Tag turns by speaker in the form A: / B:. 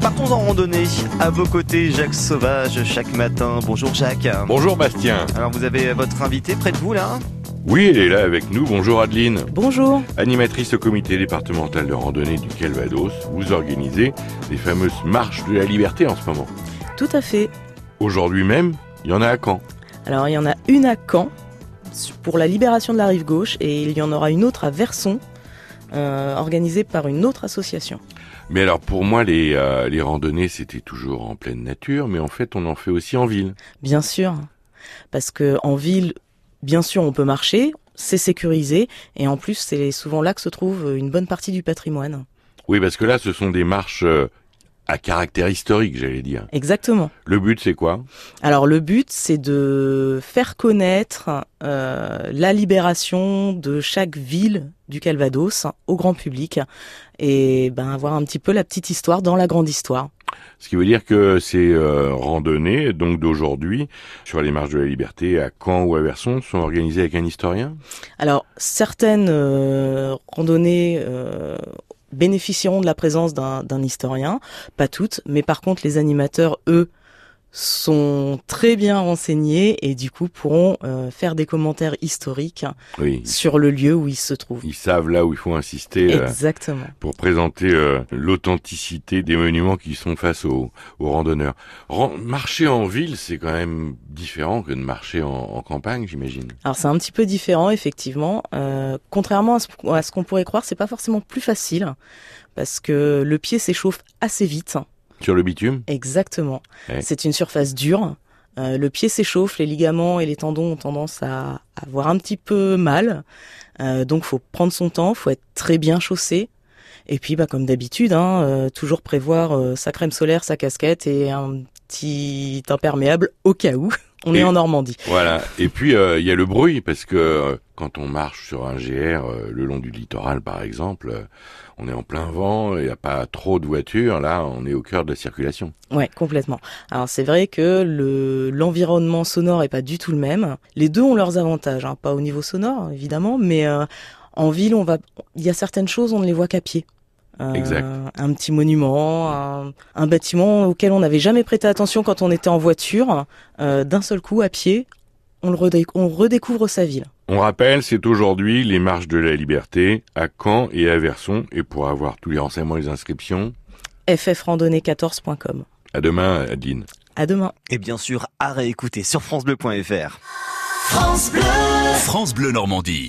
A: partons en randonnée. À vos côtés, Jacques Sauvage chaque matin. Bonjour Jacques.
B: Bonjour Bastien.
A: Alors vous avez votre invité près de vous là
B: Oui, elle est là avec nous. Bonjour Adeline.
C: Bonjour.
B: Animatrice au comité départemental de randonnée du Calvados, vous organisez les fameuses marches de la liberté en ce moment.
C: Tout à fait.
B: Aujourd'hui même, il y en a à Caen.
C: Alors il y en a une à Caen pour la libération de la rive gauche et il y en aura une autre à Verson euh, organisée par une autre association.
B: Mais alors pour moi, les, euh, les randonnées, c'était toujours en pleine nature, mais en fait, on en fait aussi en ville.
C: Bien sûr, parce que en ville, bien sûr, on peut marcher, c'est sécurisé et en plus, c'est souvent là que se trouve une bonne partie du patrimoine.
B: Oui, parce que là, ce sont des marches euh, à caractère historique, j'allais dire.
C: Exactement.
B: Le but, c'est quoi
C: Alors le but, c'est de faire connaître euh, la libération de chaque ville du Calvados hein, au grand public et ben avoir un petit peu la petite histoire dans la grande histoire.
B: Ce qui veut dire que ces euh, randonnées, donc d'aujourd'hui, sur les marches de la liberté à Caen ou à Verson, sont organisées avec un historien
C: Alors certaines euh, randonnées euh, bénéficieront de la présence d'un historien, pas toutes, mais par contre les animateurs, eux, sont très bien renseignés et du coup pourront euh, faire des commentaires historiques
B: Oui.
C: sur le lieu où ils se trouvent.
B: Ils savent là où il faut insister euh,
C: Exactement.
B: pour présenter euh, l'authenticité des monuments qui sont face aux, aux randonneurs. Ran- marcher en ville, c'est quand même différent que de marcher en, en campagne, j'imagine.
C: Alors c'est un petit peu différent effectivement. Euh, contrairement à ce, à ce qu'on pourrait croire, c'est pas forcément plus facile parce que le pied s'échauffe assez vite.
B: Sur le bitume
C: Exactement.
B: Ouais.
C: C'est une surface dure. Euh, le pied s'échauffe, les ligaments et les tendons ont tendance à à avoir un petit peu mal. Euh, donc faut prendre son temps, faut être très bien chaussé. Et puis bah comme d'habitude, hein, euh, toujours prévoir euh, sa crème solaire, sa casquette et un petit imperméable au cas où. On
B: Et-
C: est en Normandie.
B: Voilà. Et puis euh, il y a le bruit parce que euh, quand on marche sur un GR euh, le long du littoral par exemple, euh, on est en plein vent, il n'y a pas trop de voitures, là on est au cœur de la circulation.
C: Ouais, complètement. Alors c'est vrai que le l'environnement sonore est pas du tout le même. Les deux ont leurs avantages, hein. pas au niveau sonore évidemment, mais euh, en ville on va, il y a certaines choses on ne les voit qu'à pied. Euh,
B: Exact.
C: Un petit monument, un, un bâtiment auquel on n'avait jamais prêté attention quand on était en voiture. euh, D'un seul coup à pied, on le redéc- on redécouvre sa ville.
B: On rappelle, c'est aujourd'hui les marches de la liberté à Caen et à Verson et pour avoir tous les renseignements et les inscriptions,
C: ffrandonnée14.com.
B: à demain Adeline.
C: À demain.
A: Et bien sûr, à réécouter sur FranceBleu.fr.
D: France Bleu Normandie.